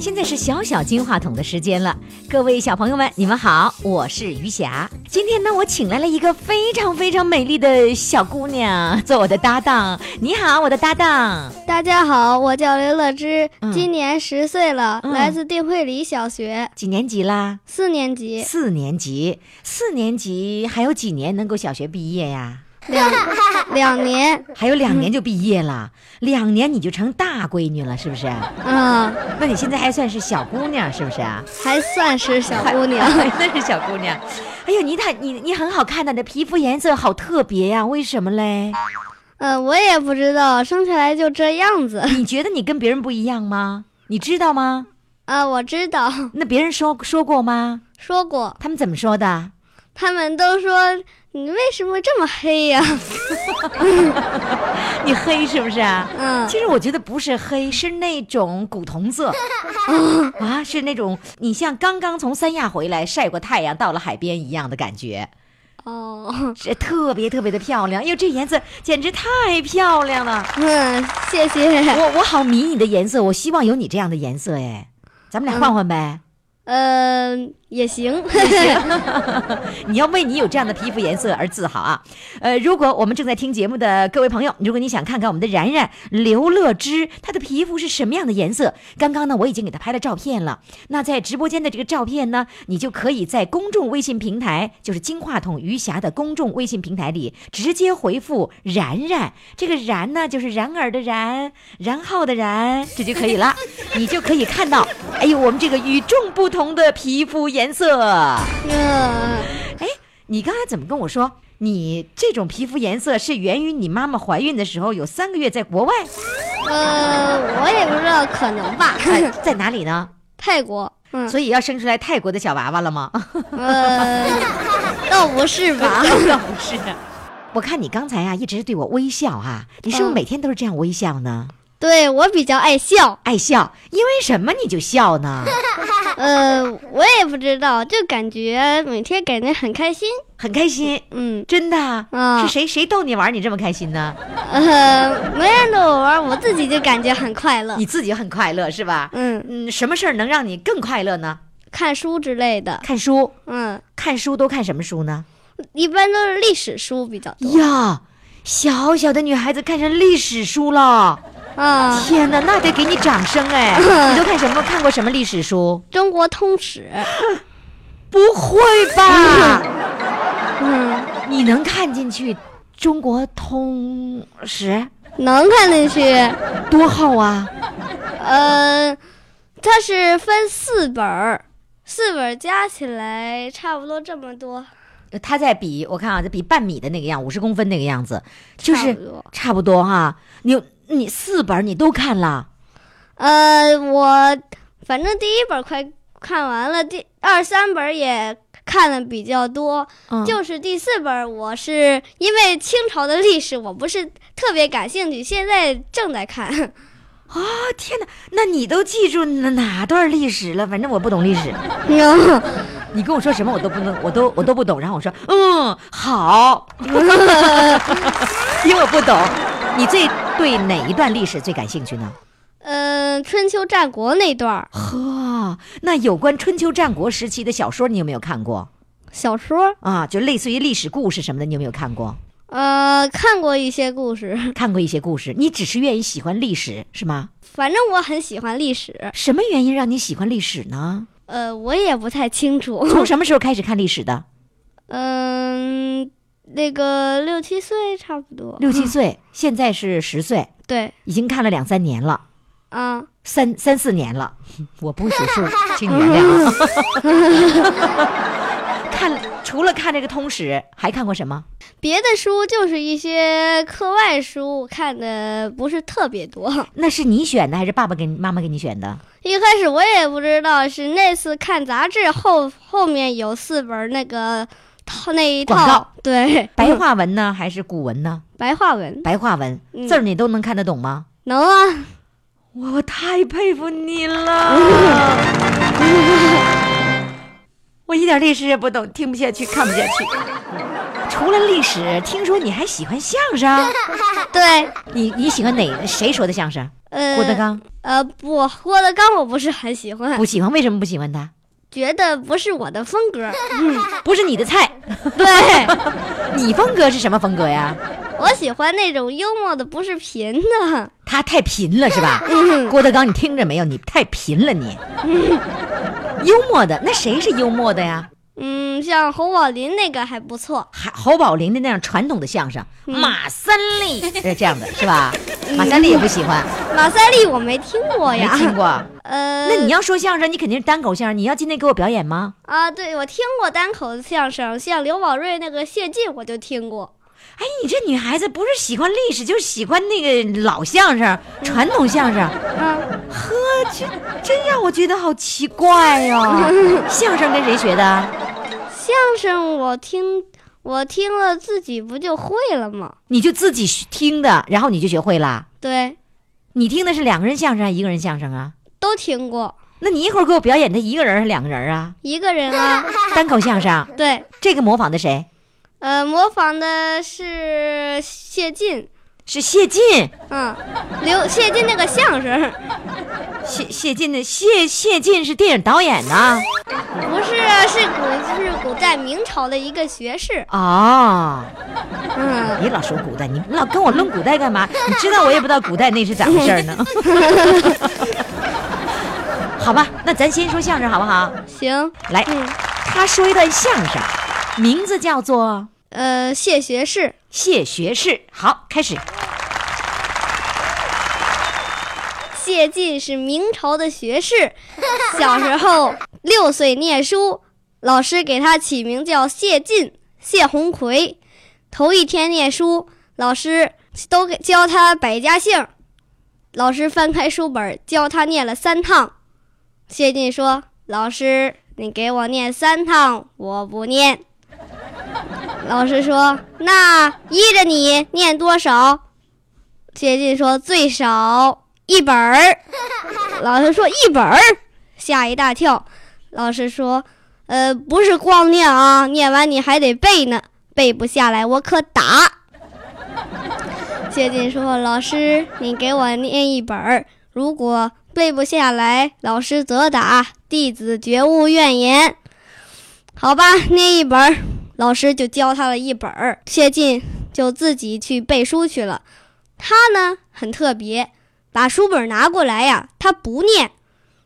现在是小小金话筒的时间了，各位小朋友们，你们好，我是余霞。今天呢，我请来了一个非常非常美丽的小姑娘做我的搭档。你好，我的搭档。大家好，我叫刘乐之，嗯今年十岁了，嗯来自定慧里小学几年级啦？四年 级，四年级。四年级还有几年能够小学毕业呀？两两年，还有两年就毕业了，两年你就成大闺女了，是不是？嗯，那你现在还算是小姑娘，是不是啊？还算是小姑娘。 那是小姑娘。哎呦，你太你你很好看的，你的皮肤颜色好特别呀、为什么 嘞？嗯，我也不知道，生下来就这样子。你觉得你跟别人不一样吗？你知道吗？啊，我知道，那别人说说过吗？说过，他们怎么说的？他们都说你为什么这么黑呀、你黑是不是啊？嗯，其实我觉得不是黑，是那种古铜 色，啊，是那种你像刚刚从三亚回来晒过太阳，到了海边一样的感觉，哦，这特别特别的漂亮。哎呦，这颜色简直太漂亮了！嗯，谢 谢。我我好迷你的颜色，我希望有你这样的颜色哎，咱们俩换换呗。嗯，也行。你要为你有这样的皮肤颜色而自豪啊！呃，如果我们正在听节目的各位朋友，如果你想看看我们的然然刘乐之她的皮肤是什么样的颜色，刚刚呢我已经给她拍了照片了。那在直播间的这个照片呢，你就可以在公众微信平台，就是金话筒余霞的公众微信平台里直接回复“然然”，这个“然”呢就是然而的然，然后的然，这就可以了，你就可以看到，哎呦，我们这个与众不同的皮肤颜色。 嗯，你刚才怎么跟我说？你这种皮肤颜色是源于你妈妈怀孕的时候有三个月在国 外，呃，我也不知道，可能吧。哎在哪里呢？泰国，嗯，所以要生出来泰国的小娃娃了 吗？ 呃，倒不是吧？ 那不是。我看你刚才啊一直对我微笑啊，你是不是嗯每天都是这样微笑呢？对我比较爱笑，爱笑，因为什么你就笑 呢？呃，我也不知道，就感觉每天感觉很开心。很开心，嗯，真的啊。嗯是谁谁逗你玩你这么开心呢？呃，没人逗我玩，我自己就感觉很快乐。你自己很快乐是吧？嗯，嗯，什么事儿能让你更快乐呢？看书之类的，看书，嗯，看书都看什么书呢？一般都是历史书比较多。呀，小小的女孩子看上历史书了！啊，天哪，那得给你掌声 哎！你都看什么？看过什么历史书？中国通史，不会 吧？嗯，你能看进去《中国通史能看进去。》多厚啊？呃，它是分四本儿，四本儿加起来差不多这么多，它在比我看啊，在比半米的那个样，五十公分那个样子，就差不是多。差不多哈、你你四本你都看了，呃，我反正第一本快看完了，第二三本也看了比较多，嗯就是第四本我是因为清朝的历史我不是特别感兴趣，现在正在看。啊、天哪，那你都记住哪哪段历史了？反正我不懂历史。 你跟我说什么我都不能，我都我都不懂。然后我说，嗯，好，因为我不懂。你最对哪一段历史最感兴趣呢？嗯、春秋战国那段儿呵，那有关春秋战国时期的小说你有没有看过小说，啊？就类似于历史故事什么的，你有没有看过？呃，看过一些故事，看过一些故事，你只是愿意喜欢历史是吗？反正我很喜欢历史，什么原因让你喜欢历史呢？呃，我也不太清楚。从什么时候开始看历史的？嗯、那个六七岁差不多，六七岁，现在是十岁，对，已经看了两三年了。啊、三三四年了， 我不会数 数，请你原谅啊。 看，除了看这个通史，还看过什么？别的书就是一些课外书，看的不是特别多。 那是你选的还是爸爸给你妈妈给你选的？一开始我也不知道，是那次看杂志后，后面有四本那个套那一广套告，对， 白话文呢，还是古文呢？白话文白话文嗯字儿你都能看得懂吗？能啊， 我太佩服你了！ 我一点历史也不懂，听不下去，看不下去。除了历史，听说你还喜欢相声，对，你你喜欢哪谁说的相声？呃，郭德纲呃不，郭德纲我不是很喜 欢，不喜欢，为什么不喜欢他？觉得不是我的风 格。不是你的菜， 对，你风格是什么风格呀？我喜欢那种幽默的，不是贫的。他太贫了是吧？嗯，郭德纲，你听着没有？你太贫了你。幽默的，那谁是幽默的呀？嗯，像侯宝林那个还不错。还侯宝林的那样传统的相声，嗯马三 立呃这样的是吧？马三立也不喜欢，马三立我没听过没哎呀。听过。呃，那你要说相声，你肯定是单口相声。你要今天给我表演吗？啊，对我听过单口相声，像刘宝瑞那个谢晋我就听过。哎，你这女孩子不是喜欢历史，就是喜欢那个老相声、传统相声。嗯，呵，这真让我觉得好奇怪呀、相声跟谁学的？相声我听我听了自己不就会了吗？你就自己学听的，然后你就学会了。对，你听的是两个人相声还是一个人相声啊？都听过。那你一会儿给我表演的一个人还是两个人啊？一个 人啊，单口相声，对，这个模仿的谁？呃，模仿的是谢晋，是谢晋，嗯，刘谢晋那个相声，谢谢晋的谢谢晋是电影导演呐、不是是古是古代明朝的一个学士，哦，嗯，别老说古代，你老跟我论古代干 嘛？你知道我也不知道古代那是咋回事儿呢。 好吧，那咱先说相声好不好？行，来，嗯，他说一段相声，名字叫做呃，谢学士， 《谢学士》。好，开始。谢晋是明朝的学士，小时候六岁念书，老师给他起名叫谢晋、谢鸿逵。头一天念书，老师都给教他百家姓。老师翻开书本，教他念了三趟。谢晋说：“老师，你给我念三趟，我不念。”老师说：“那依着你念多少？”谢晋说：“最少。”一本儿。老师说一本儿，吓一大跳。老师说，呃，不是光念啊，念完你还得背呢，背不下来我可打。谢晋说，老师，你给我念一本儿，如果背不下来，老师责打，弟子绝无怨言。好吧，念一本儿，老师就教他了一本儿。谢晋就自己去背书去了。他呢，很特别，把书本拿过来呀，他不念，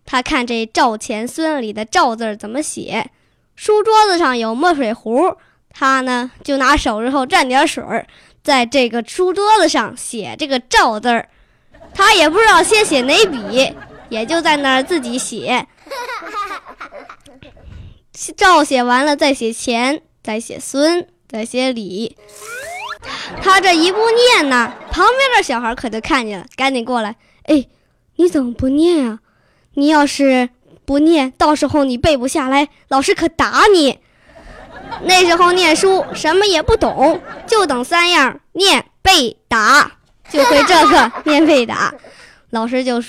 他看这“赵钱孙”里的“赵”字儿怎么写。书桌子上有墨水壶，他呢就拿手指头蘸点水儿，在这个书桌子上写这个“赵”字儿。他也不知道先写哪笔，也就在那儿自己写。 赵写完了，再写钱，再写孙，再写李。他这一不念呢，旁边的小孩可就看见了，赶紧过来，哎，你怎么不念啊？你要是不念，到时候你背不下来，老师可打你。那时候念书什么也不懂，就等三样：念、背、打，就会这个 念背打。老师就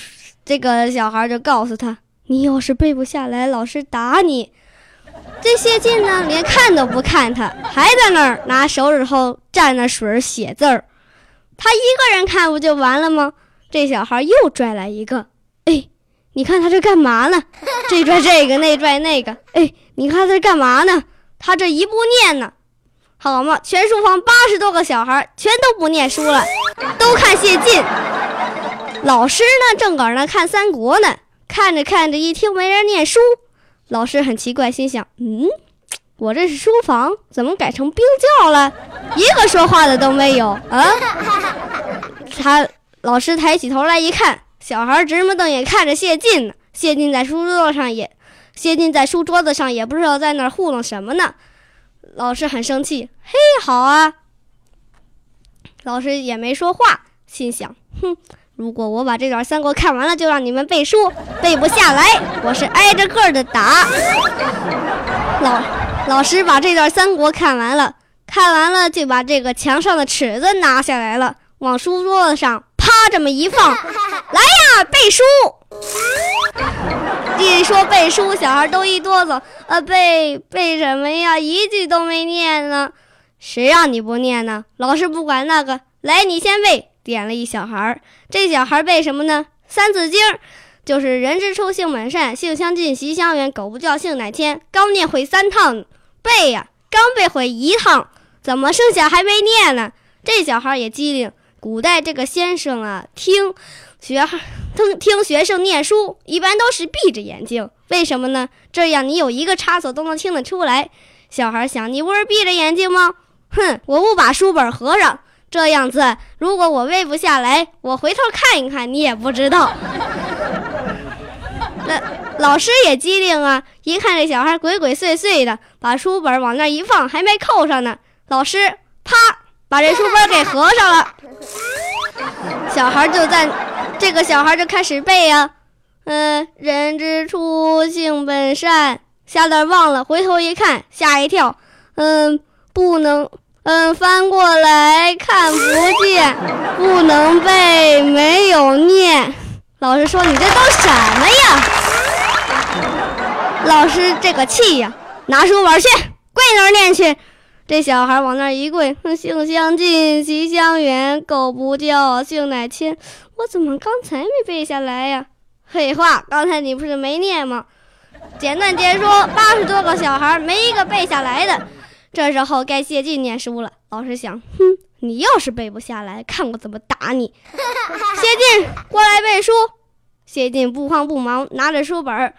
这个小孩就告诉他，你要是背不下来，老师打你。这谢晋呢，连看都不看他，还在那儿拿手指头蘸着水儿写字儿。他一个人看不就完了吗？这小孩又拽来一个，哎，你看他这干嘛呢？这拽这个，那拽那个，哎，你看他这干嘛呢？他这一不念呢，好嘛，全书房八十多个小孩全都不念书了，都看谢晋。老师呢，正搁那儿看三国呢，看着看着，一听没人念书，老师很奇怪，心想：嗯，我这是书房，怎么改成冰窖了？一个说话的都没有啊！他老师抬起头来一看，小孩直目瞪眼看着谢晋呢。谢晋在书桌上也，谢晋在书桌子上也不知道在那儿糊弄什么呢。老师很生气，嘿，好啊！老师也没说话，心想：哼，如果我把这段三国看完了，就让你们背书。 背不下来，我是挨着个儿的打。老老师把这段三国看完了，看完了就把这个墙上的尺子拿下来了，往书桌子上啪这么一放，来呀，背书！ 一说背书，小孩都一哆嗦，呃，背背什么呀？一句都没念呢。谁让你不念呢？老师不管那个，来，你先背。点了一小孩儿。这小孩儿背什么呢？《三字经》，就是“人之初，性本善，性相近，习相远，苟不教，性乃迁”。刚念会三趟，背呀、刚背会一趟，怎么剩下还没念呢？这小孩儿也机灵。古代这个先生啊，听学听听学生念书，一般都是闭着眼睛。为什么呢？这样你有一个差错都能听得出来。小孩想，你不是闭着眼睛吗？哼，我不把书本合上，这样子，如果我背不下来，我回头看一看，你也不知道。那老师也机灵啊，一看这小孩鬼鬼祟祟的，把书本往那一放，还没扣上呢。老师啪把这书本给合上了，小孩就在，这个小孩就开始背呀、嗯，人之初，性本善。下联忘了，回头一看，吓一跳。嗯，不能，嗯，翻过来看不见，不能背，没有念。老师说：“你这都什么呀？”老师这个气呀，拿书本去，跪那儿念去。这小孩往那儿一跪，哼性相近，习相远，苟不教，性乃迁。我怎么刚才没背下来呀？废话，刚才你不是没念吗？简短截说，八十多个小孩没一个背下来的。这时候该谢晋念书了。老师想，哼，你要是背不下来，看我怎么打你！谢晋，过来背书。谢晋不慌不忙，拿着书本儿，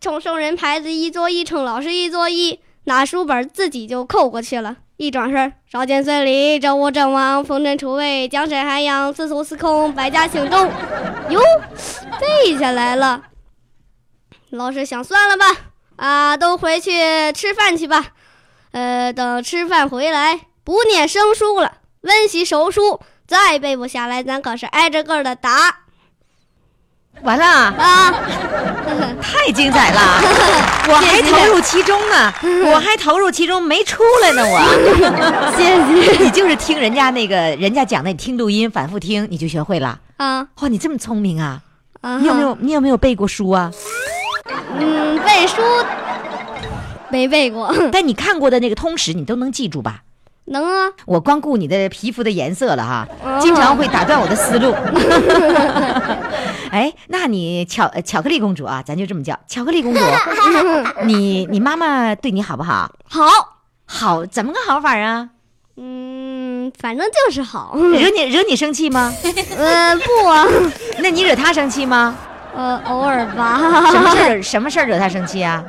冲圣人牌子一作揖，冲老师一作揖，拿书本儿自己就扣过去了。一转身，少见孙离，周吴郑王，冯陈楚卫，江沈韩杨，司徒司空，百家姓周。哟，背下来了。老师想算了吧，啊，都回去吃饭去吧。呃，等吃饭回来，不念生疏了，温习熟书，再背不下来，咱可是挨着个儿的打完了，啊！ 太精彩了， 我还投入其中呢，我还投入其中没出来呢，我。 谢谢你就是听人家那个人家讲的，你听录音反复听，你就学会了。啊哇，你这么聪明啊！啊！你有没有你有没有背过书啊？嗯背书？没背过， 但你看过的那个通史，你都能记住吧？能啊？我光顾你的皮肤的颜色了哈，哦经常会打断我的思路。哎，那你巧呃巧克力公主啊，咱就这么叫巧克力公主。 你你妈妈对你好不好？好，好，怎么个好法啊？嗯，反正就是好。 惹你惹你生气吗？呃，不啊，那你惹她生气吗？呃，偶尔什么吧。 事儿什么事儿惹她生气啊？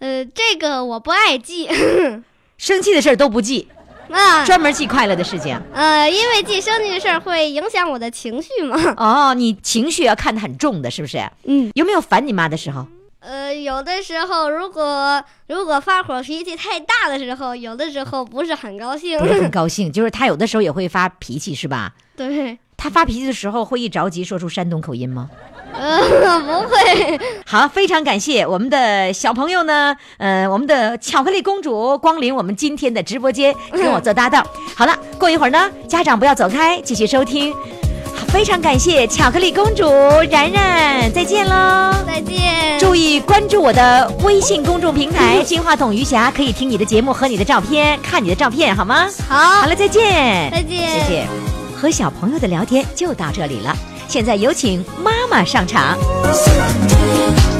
呃，这个我不爱记。 生气的事儿都不记，啊，专门记快乐的事情。呃，因为记生气的事儿会影响我的情绪嘛。哦，你情绪要看得很重的，是不是？嗯，有没有烦你妈的时候？呃，有的时候如果如果发火脾气太大的时候，有的时候不是很高兴 不。是很高兴，就是她有的时候也会发脾气，是吧？ 对，她发脾气的时候会一着急说出山东口音吗？呃，不会。 好，非常感谢我们的小朋友呢，呃，我们的巧克力公主光临我们今天的直播间，跟我做搭档。好了，过一会儿呢，家长不要走开，继续收听。好非常感谢巧克力公主然然，再见喽。再见。注意关注我的微信公众平台“金话筒余霞”，可以听你的节目和你的照片，看你的照片好吗？好好，了，再见，再见谢谢。和小朋友的聊天就到这里了，现在有请妈妈上场。 Something